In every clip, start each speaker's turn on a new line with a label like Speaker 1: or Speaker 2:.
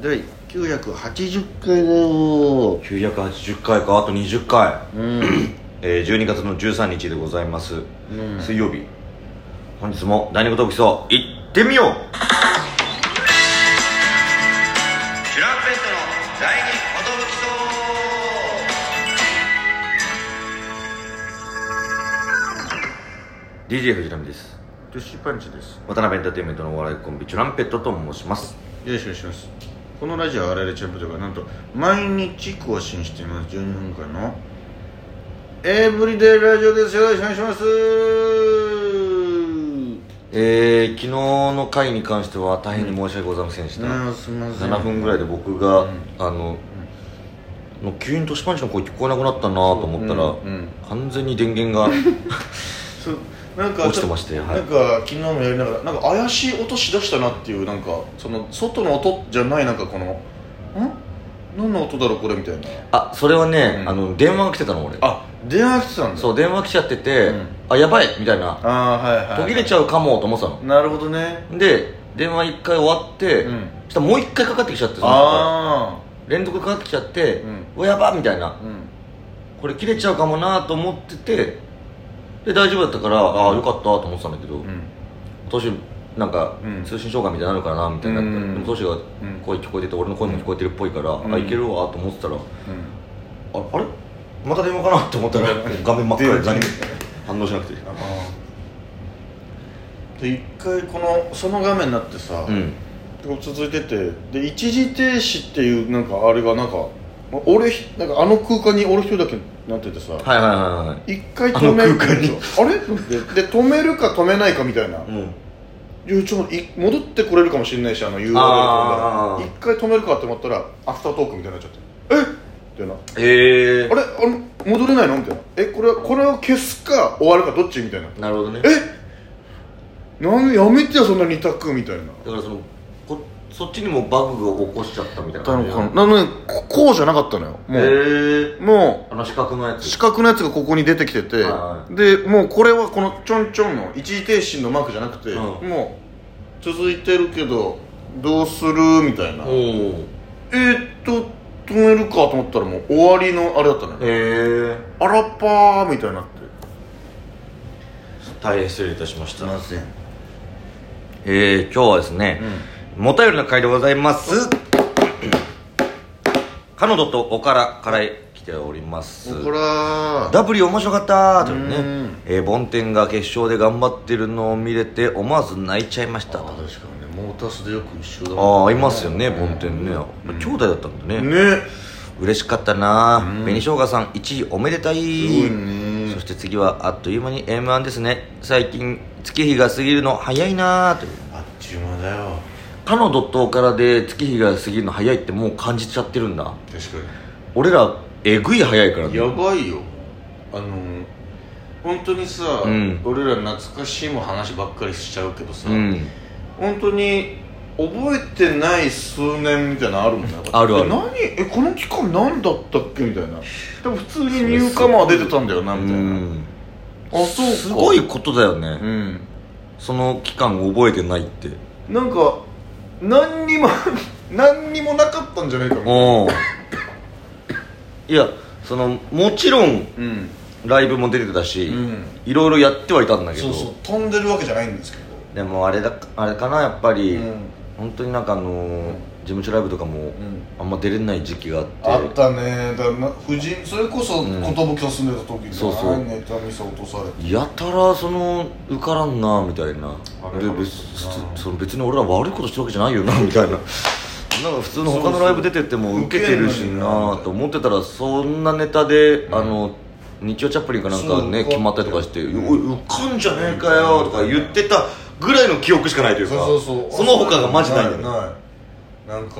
Speaker 1: 第980回だよ
Speaker 2: 980回かあと20回、
Speaker 1: うん
Speaker 2: えー、12月の13日でございます、
Speaker 1: ん
Speaker 2: 水曜日本日も第二言武器層行ってみようチュランペットの第二言武器層 DJ 藤波です
Speaker 1: トシパンチです
Speaker 2: 渡辺エンターテインメントのお笑いコンビチュランペットと申します
Speaker 1: よろしくお願いしますこのラジオはあられチャンプとかなんと毎日更新しています12分間のエブリデイラジオですよろしくお願いします
Speaker 2: えー、昨日の回に関しては大変に申し訳ございませんでした、
Speaker 1: あーすみません
Speaker 2: 7分ぐらいで僕が、
Speaker 1: うん
Speaker 2: あの、の急に年パンチの声聞こえなくなったなと思ったら、
Speaker 1: うんうん
Speaker 2: 完全に電 源が
Speaker 1: そうなんか
Speaker 2: 落ちてましたよはい
Speaker 1: なんか昨日もやりながらなんか怪しい音しだしたなっていうなんかその外の音じゃないなんかこのん何の音だろうこれみたいな
Speaker 2: あそれはね、
Speaker 1: うん
Speaker 2: あの電話が来てたの俺
Speaker 1: あ電話来てたんだ
Speaker 2: そう電話来ちゃってて、
Speaker 1: うん
Speaker 2: あやばいみたいな
Speaker 1: ああはいはい
Speaker 2: 途切れちゃうかもと思ってたの、
Speaker 1: なるほどね
Speaker 2: で電話1回終わって、
Speaker 1: うん
Speaker 2: そしたらもう1回かかってきちゃってその人が
Speaker 1: あ
Speaker 2: 連続かかってきちゃって、
Speaker 1: うん
Speaker 2: うわやばみたいな
Speaker 1: あうん
Speaker 2: これ切れちゃうかもなと思っててで大丈夫だったからああよかったと思ってたんだけど、
Speaker 1: うん
Speaker 2: 当時なんか
Speaker 1: うん
Speaker 2: 通信障害みたいなのかなみたいになって、
Speaker 1: うん
Speaker 2: でも当時が声聞こえてて俺の声も聞こえてるっぽいから、
Speaker 1: ん
Speaker 2: あいけるわと思ってたらあ
Speaker 1: うん
Speaker 2: あれまた電話かなって思ったら画面真っ
Speaker 1: 出る
Speaker 2: 暗で何も反応しなくて
Speaker 1: ああで一回このその画面になってさ、
Speaker 2: うん
Speaker 1: 続いててで一時停止っていうなんかあれがなんかま俺ひなんかあの空間に俺一人だけなっててさ、
Speaker 2: はいはいはいはい
Speaker 1: 一回止め
Speaker 2: あ
Speaker 1: る
Speaker 2: の空間に
Speaker 1: あれでで止めるか止めないかみたいな、
Speaker 2: うん
Speaker 1: いやちょっとい戻ってこれるかもしれないしあの URL
Speaker 2: あー
Speaker 1: とか一回止めるかって思ったらアフタートークみたいになっちゃってえってな
Speaker 2: へえ
Speaker 1: あれあの戻れないのみたいなえこれはこれを消すか終わるかどっちみたいな
Speaker 2: なるほどね
Speaker 1: えなんやめてよそんな二択みたいな
Speaker 2: だからそのこそっちにもバグを起こしちゃったみたいな
Speaker 1: な
Speaker 2: 感
Speaker 1: の
Speaker 2: じ
Speaker 1: かななのでここうじゃなかったのよもう
Speaker 2: へえ
Speaker 1: も
Speaker 2: あの四角のや
Speaker 1: う
Speaker 2: つ
Speaker 1: 四角のやつがここに出てきてて
Speaker 2: は
Speaker 1: でもうこれはこのちょんちょんの一時停止のマークじゃなくて、
Speaker 2: うん
Speaker 1: もう続いてるけどどうするみたいな、
Speaker 2: お
Speaker 1: え
Speaker 2: お
Speaker 1: ー、っと止めるかと思ったらもう終わりのあれだったのよ、
Speaker 2: へえ
Speaker 1: あらっぱーみたいになって
Speaker 2: 大変失礼いたしました
Speaker 1: せん
Speaker 2: えー、今日はですね、もたよりの会でございます彼女とおからから来ております
Speaker 1: こらー
Speaker 2: ダブリ面白かったという
Speaker 1: う
Speaker 2: ね
Speaker 1: ん、
Speaker 2: えー、梵天が決勝で頑張ってるのを見れて思わず泣いちゃいました
Speaker 1: あ
Speaker 2: と
Speaker 1: 確かにねモータスでよく一緒だ
Speaker 2: ああ
Speaker 1: もん
Speaker 2: いますよね梵天ね、兄弟だったんだね、
Speaker 1: ね
Speaker 2: 嬉しかったな、紅しょうがさん1位おめでたい
Speaker 1: ごいね
Speaker 2: そして次はあっという間に m 1ですね最近月日が過ぎるの早いなという
Speaker 1: あっちゅう間だよ
Speaker 2: 彼女とおからで月日が過ぎるの早いってもう感じちゃってるんだ
Speaker 1: 確か
Speaker 2: 俺らえぐい早いから
Speaker 1: に
Speaker 2: ね
Speaker 1: やばいよあの本当にさ、
Speaker 2: うん
Speaker 1: 俺ら懐かしいも話ばっかりしちゃうけどさ、
Speaker 2: うん
Speaker 1: 本当に覚えてない数年みたいなのあるもんね
Speaker 2: あるある
Speaker 1: え何えこの期間何だったっけみたいなでも普通にニューカマー出てたんだよなみたいな、
Speaker 2: うん
Speaker 1: あそうか
Speaker 2: すごいことだよね、
Speaker 1: うん
Speaker 2: その期間を覚えてないって
Speaker 1: なんか何にも 何にもなかったんじゃないか みたいな
Speaker 2: うんいやそのもちろん
Speaker 1: うん
Speaker 2: ライブも出てたし、
Speaker 1: うん
Speaker 2: いろいろやってはいたんだけど
Speaker 1: そうそう飛んでるわけじゃないんですけど
Speaker 2: でもあれだあれかなやっぱり、
Speaker 1: うん
Speaker 2: 本当になんかあのー事務所ライブとかも
Speaker 1: ん
Speaker 2: あんま出れない時期があって
Speaker 1: あったねだからな夫人それこそ
Speaker 2: ん
Speaker 1: 寿を住んでた時に
Speaker 2: そうそう
Speaker 1: ネタミス落とされて
Speaker 2: やたらその受からんなみたいな
Speaker 1: あれ
Speaker 2: で
Speaker 1: かも
Speaker 2: 別
Speaker 1: しれんな
Speaker 2: その別に俺ら悪いことしてるわけじゃないよなみたいななんか普 通の他のライブ出てって
Speaker 1: そ
Speaker 2: も
Speaker 1: うそう
Speaker 2: 受けてるし
Speaker 1: 受けんのにな
Speaker 2: なと思ってたらそんなネタで、あの日曜チャップリンかなんか
Speaker 1: そう
Speaker 2: ね決まったりとかして「おい受かんじゃねえかよ」とか言ってたぐらいの記憶しかないというか
Speaker 1: そうそうそう
Speaker 2: の他がマジないよね
Speaker 1: ないなんか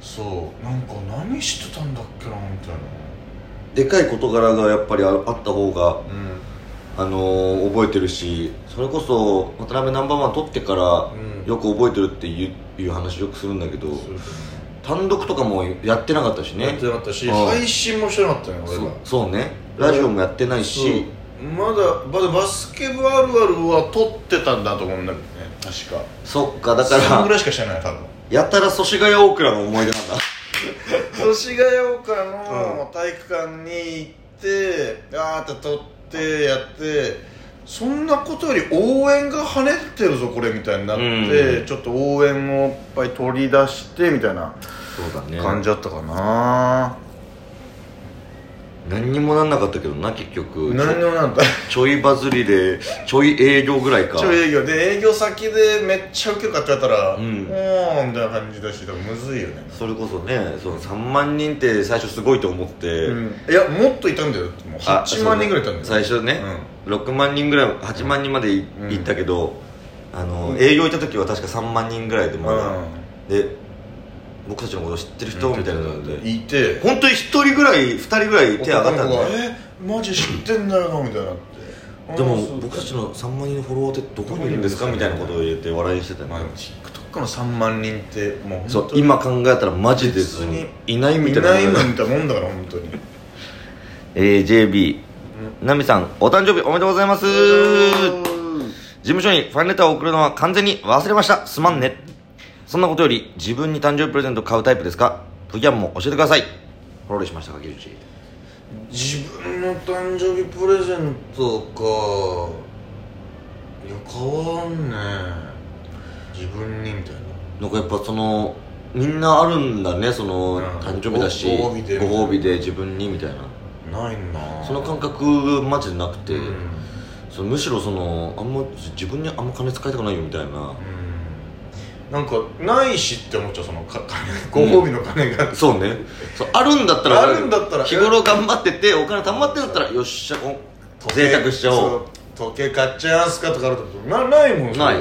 Speaker 1: そうなんか何してたんだっけなみたいな
Speaker 2: でかい事柄がやっぱりああった方が
Speaker 1: うん
Speaker 2: あのー覚えてるしそれこそ渡辺ナンバーワン取ってから
Speaker 1: ん
Speaker 2: よく覚えてるっていういう話よくするんだけど単独とかもやってなかったし
Speaker 1: や
Speaker 2: ね
Speaker 1: ってなかったし
Speaker 2: うん
Speaker 1: 配信もしてなかったね俺
Speaker 2: そう
Speaker 1: ら
Speaker 2: そうねラジオもやってないし
Speaker 1: そうまだまだバスケ部あるあるは撮ってたんだと思うんだけどね確か
Speaker 2: そっかだか
Speaker 1: そんぐ
Speaker 2: ら
Speaker 1: らいしかしてない多分
Speaker 2: やたら祖師ヶ谷大倉の思い出なんだ
Speaker 1: 祖師ヶ谷丘の体育館に行ってガーって撮ってやってそんなことより応援が跳ねてるぞこれみたいになって、
Speaker 2: うん
Speaker 1: ちょっと応援をいっぱい取り出してみたいな
Speaker 2: そうだね
Speaker 1: 感じだったかな、
Speaker 2: 何にもなんなかったけどな結局
Speaker 1: 何の なんか
Speaker 2: ちょいバズりでちょい営業ぐらいか
Speaker 1: 一応営業で営業先でめっちゃウケるかってやったら、
Speaker 2: う
Speaker 1: うんん、ーんみたいな感じだしだからむずいよね、
Speaker 2: それこそねその3万人って最初すごいと思って、
Speaker 1: うん、いやもっといたんだよもう
Speaker 2: あ
Speaker 1: 8万人ぐらいいたんだよ
Speaker 2: 最初ね、6万人ぐらい8万人までい
Speaker 1: うん
Speaker 2: 行ったけど、あの営業行った時は確か3万人ぐらいで
Speaker 1: うん、
Speaker 2: まだ、で僕たちのこと知ってる人、みたいなので、
Speaker 1: いて
Speaker 2: 本当に1人ぐらい2人ぐらい手上がったんだ
Speaker 1: 男の
Speaker 2: よ
Speaker 1: 子がえマジ知ってんだよなみたいになって
Speaker 2: で
Speaker 1: あ
Speaker 2: も
Speaker 1: そう
Speaker 2: 僕たちの3万人のフォロワーってどこにいるんですかみたいなことを言って笑いにしてたよ
Speaker 1: まあでも TikTok の3万人ってもう
Speaker 2: そう
Speaker 1: 本当に
Speaker 2: 今考えたらマジで
Speaker 1: 別に
Speaker 2: いないみ
Speaker 1: い
Speaker 2: たいな
Speaker 1: ないのみたいなもんだから本当に
Speaker 2: えー、JB ナミさんお誕生日おめでとうございます事務所にファンレターを送るのは完全に忘れましたすまんねそんなことより自分に誕生日プレゼント買うタイプですかプギャンも教えてくださいフォローしましたかけるち
Speaker 1: 自分の誕生日プレゼントかいや変わんね自分にみたいな
Speaker 2: なんかやっぱそのみんなあるんだねその、
Speaker 1: うん
Speaker 2: 誕生日だし
Speaker 1: ごご褒美で
Speaker 2: ご褒美で自分にみたいな
Speaker 1: ないな
Speaker 2: その感
Speaker 1: 覚
Speaker 2: 覚マジでなくて、
Speaker 1: うん、うん
Speaker 2: そのむしろそのあんま自分にあんま金使いたくないよみたいな、
Speaker 1: なんかないしって思っちゃうそのか金ご褒美の金が、
Speaker 2: そうねそうあるんだったら
Speaker 1: あるんだったら
Speaker 2: 日頃頑張っててお金貯まってんだったらよっしゃお贅沢しちゃおう
Speaker 1: そう時計買っちゃいますかとかあるとなないもんそれ
Speaker 2: ない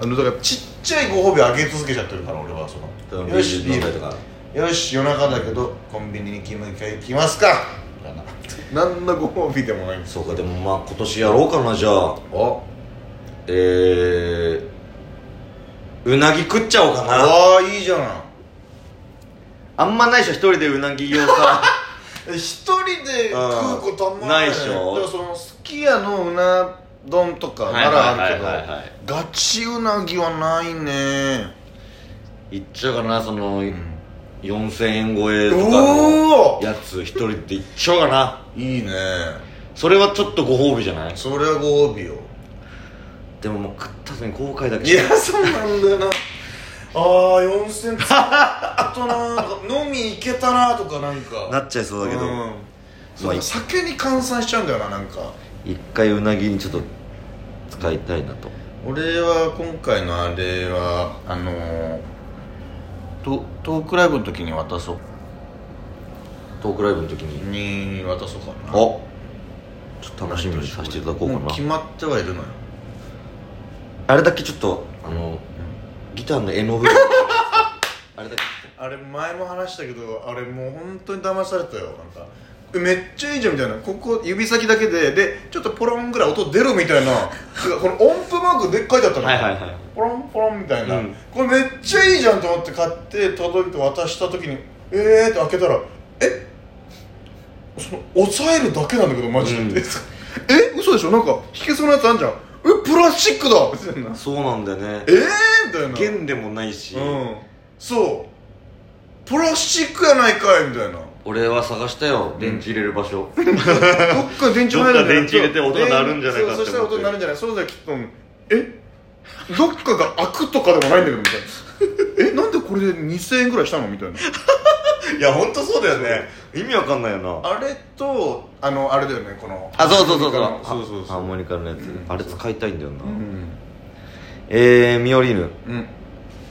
Speaker 1: あのだからちっちゃいご褒美あげ続けちゃってるから俺はそのよしビ
Speaker 2: 飲
Speaker 1: ー
Speaker 2: んだり
Speaker 1: ル
Speaker 2: とか
Speaker 1: よし夜中だけどコンビニに気分行きますかみたいな何のご褒美でもないんです
Speaker 2: そうかでもまあ今年やろうかなじゃあ
Speaker 1: お
Speaker 2: えー、うなぎ食っちゃおうかな
Speaker 1: ああいいじゃない
Speaker 2: あんまないでしょ一人でうなぎをさ
Speaker 1: え一人で食うことあんま
Speaker 2: ないでしょ
Speaker 1: だからそのすき家のうな丼とかならあるけど
Speaker 2: はいはいはいはい
Speaker 1: ガチうなぎはないね
Speaker 2: 行っちゃうかなその、
Speaker 1: ん
Speaker 2: 4000円超えとか
Speaker 1: お
Speaker 2: の
Speaker 1: お
Speaker 2: やつ一人で行っちゃおうかない
Speaker 1: いね
Speaker 2: それはちょっとご褒美じゃない
Speaker 1: それはご褒美よ
Speaker 2: でももう食った後に後悔だけ
Speaker 1: いやそうなんだよなああ4000使ったななんか飲み行けたなとかなんか
Speaker 2: なっちゃいそうだけど、
Speaker 1: うん
Speaker 2: まあいい
Speaker 1: 酒に換算しちゃうんだよななんか
Speaker 2: 一回うなぎにちょっと使いたいなと
Speaker 1: 俺は今回のあれはあのートトークライブの時に渡そう
Speaker 2: トークライブの時に
Speaker 1: に渡そうかな
Speaker 2: あちょっと楽しみにさせていただこうか
Speaker 1: も
Speaker 2: な
Speaker 1: 決まってはいるのよ
Speaker 2: あれだけちょっとあの、ギターの絵の上 あれだけ
Speaker 1: あれ前も話したけどあれもう本当に騙されたよなんかえめっちゃいいじゃんみたいなここ指先だけででちょっとポロンぐらい音出るみたいな てかこの音符マークでっかいだったの
Speaker 2: はいはいはい
Speaker 1: ポロンポロンみたいな、
Speaker 2: うん
Speaker 1: これめっちゃいいじゃんと思って買って届いて渡した時にえーって開けたらえその押さえるだけなんだけどマジで、
Speaker 2: うん
Speaker 1: え嘘でしょなんか弾けそうなやつあんじゃんえプラスチックだみたいな
Speaker 2: そうなんだよね
Speaker 1: えーみたいな
Speaker 2: 弦でもないし、
Speaker 1: うんそうプラスチックやないかいみた いな
Speaker 2: 俺は探したよ電池入れる場 所、
Speaker 1: どっかに電池入るんじゃない
Speaker 2: どっか電池入れて音が鳴るんじゃない
Speaker 1: そ
Speaker 2: かって思って
Speaker 1: うそしたら音になるんじゃないそうだよきっとえどっかが開くとかでもないんだけどみたいな えなんでこれで2000円ぐらいしたのみたいない
Speaker 2: や本当そうだよね意味わかんないよな
Speaker 1: あれとあのあれだよねこの
Speaker 2: あそうそうそうそう
Speaker 1: ハそうそう
Speaker 2: ハ
Speaker 1: そ
Speaker 2: ー
Speaker 1: う
Speaker 2: モニカのやつ、あれ使いたいんだよな、
Speaker 1: うん
Speaker 2: えー、ミオリーヌ
Speaker 1: うん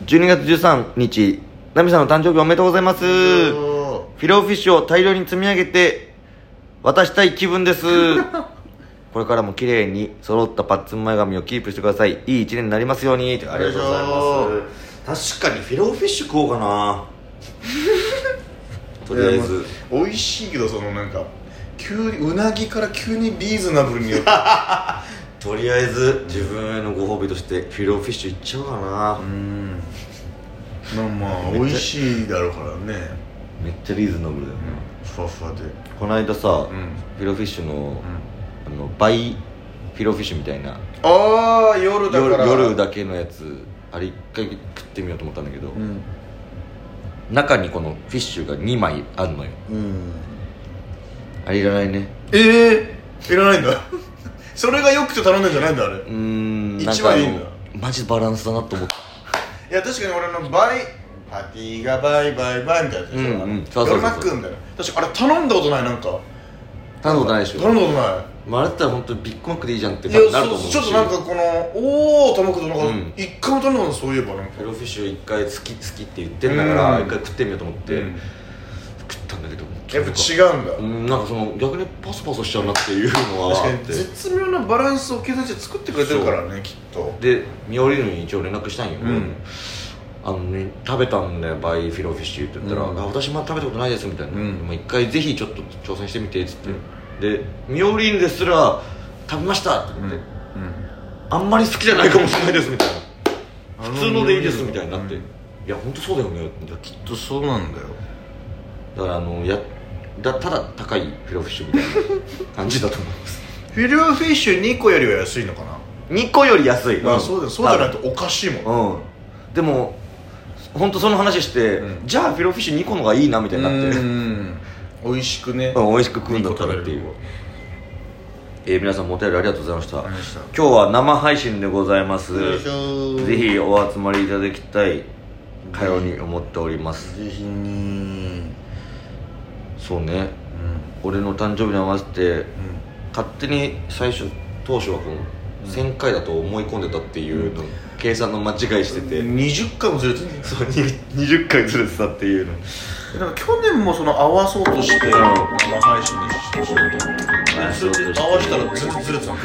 Speaker 2: 12月13日ナミさんの誕生日おめでとうございますフィローフィッシュを大量に積み上げて渡したい気分 ですこれからも綺麗に揃ったパッツン前髪をキープしてくださいいい一年になりますようにありがとうございます確かにフィローフィッシュ食おうかな とりあえず
Speaker 1: いやまあ美味しいけどそのなんか急にうなぎから急にリーズナブルにう
Speaker 2: とりあえず自分へのご褒美としてフィローフィッシュいっちゃおうかな、
Speaker 1: んまあまあ美味しいだろうからね
Speaker 2: めっちゃリーズナブルだよね、
Speaker 1: ふわふわで
Speaker 2: この間さ、
Speaker 1: うん
Speaker 2: フィローフィッシュの,、あのバイフィローフィッシュみたいな
Speaker 1: ああ夜だから
Speaker 2: 夜夜だけのやつあれ一回食ってみようと思ったんだけど、
Speaker 1: うん
Speaker 2: 中にこのフィッシュが2枚あんのよ
Speaker 1: うん
Speaker 2: あれいらないね
Speaker 1: ええいらないんだ それがよくて頼んでんじゃないんだあれ
Speaker 2: うーんなん
Speaker 1: 一
Speaker 2: かあ
Speaker 1: 枚
Speaker 2: の
Speaker 1: でいいんだ
Speaker 2: マジバランスだなと思った
Speaker 1: いや確かに俺のバイパティがバイバイバイみたいなやつでし
Speaker 2: うん
Speaker 1: ょ、
Speaker 2: うんそ
Speaker 1: あ
Speaker 2: う
Speaker 1: の
Speaker 2: そうそうそう
Speaker 1: 夜マックみたいな確かあれ頼んだことないなんか
Speaker 2: 頼んだことないでし
Speaker 1: 頼
Speaker 2: ょ
Speaker 1: んだことない
Speaker 2: まああれだったら本当にビッグマックでいいじゃんって
Speaker 1: い
Speaker 2: なる
Speaker 1: や
Speaker 2: と
Speaker 1: そ
Speaker 2: 思う
Speaker 1: う
Speaker 2: し
Speaker 1: ちょっとなんかこのおおと思うけどなんか
Speaker 2: うん
Speaker 1: 一回も頼んだことないそういえばなんか
Speaker 2: フェロフィッシュ一回好き好きって言ってんだから
Speaker 1: うん
Speaker 2: 一回食ってみようと思って、
Speaker 1: うん
Speaker 2: 食ったんだけど
Speaker 1: やっぱ違うんだ、
Speaker 2: うんなんかその逆にパサパサしちゃうなっていうのは
Speaker 1: 確か
Speaker 2: あっ
Speaker 1: に
Speaker 2: て
Speaker 1: 絶妙なバランスを計算して作ってくれてるからねきっと
Speaker 2: でミオリーヌに一応連絡したんよ、
Speaker 1: うん
Speaker 2: あのね、食べたんだよバイフィロフィッシュって言ったら「
Speaker 1: うん
Speaker 2: あ私まだ食べたことないです」みたいな「
Speaker 1: うん
Speaker 2: まあ一回ぜひちょっと挑戦してみて」っつって、でミオリーヌですら「食べました」って言って、あんまり好きじゃないかもしれないです」みたいな「普通のでいいです」みたいになって「
Speaker 1: うん
Speaker 2: いや本当そうだよね」って
Speaker 1: きっとそうなんだよ
Speaker 2: だからあのやだただ高いフィロフィッシュみたいな感じだと思 います
Speaker 1: フィレオフィッシュ2個よりは安いのかな、
Speaker 2: 2個より安い
Speaker 1: まあそうだよそうじゃないとおかしいもん
Speaker 2: うんでも本当その話して、
Speaker 1: うん
Speaker 2: じゃあフィロフィッシュ2個のがいいなみたいになって
Speaker 1: う、ん美味しくね
Speaker 2: うん、美味しく食うんだったらってい
Speaker 1: 二
Speaker 2: う
Speaker 1: 個食、
Speaker 2: えー皆さんもお便りありがとうございました
Speaker 1: りがとうございました
Speaker 2: 今日は生配信でございます
Speaker 1: よいし
Speaker 2: ぜ
Speaker 1: ょ
Speaker 2: ひお集まりいただきたいかように思っております
Speaker 1: ぜひに
Speaker 2: そうね
Speaker 1: うん
Speaker 2: 俺の誕生日に合わせて勝手に最初当初はこの1000回だと思い込んでたっていうの計算の間違いしてて、
Speaker 1: うん20回もずれてる
Speaker 2: そうに20回ずれてたっていうの
Speaker 1: なんか去年もその合わそうとして
Speaker 2: ん
Speaker 1: 生配信にしようと思ってそれで合わせたらずっとずれてたの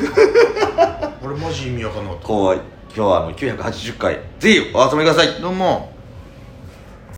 Speaker 1: 俺マジ意味わかんなかっ
Speaker 2: 今日は今日はあの980回ぜひお集まりください
Speaker 1: たどうも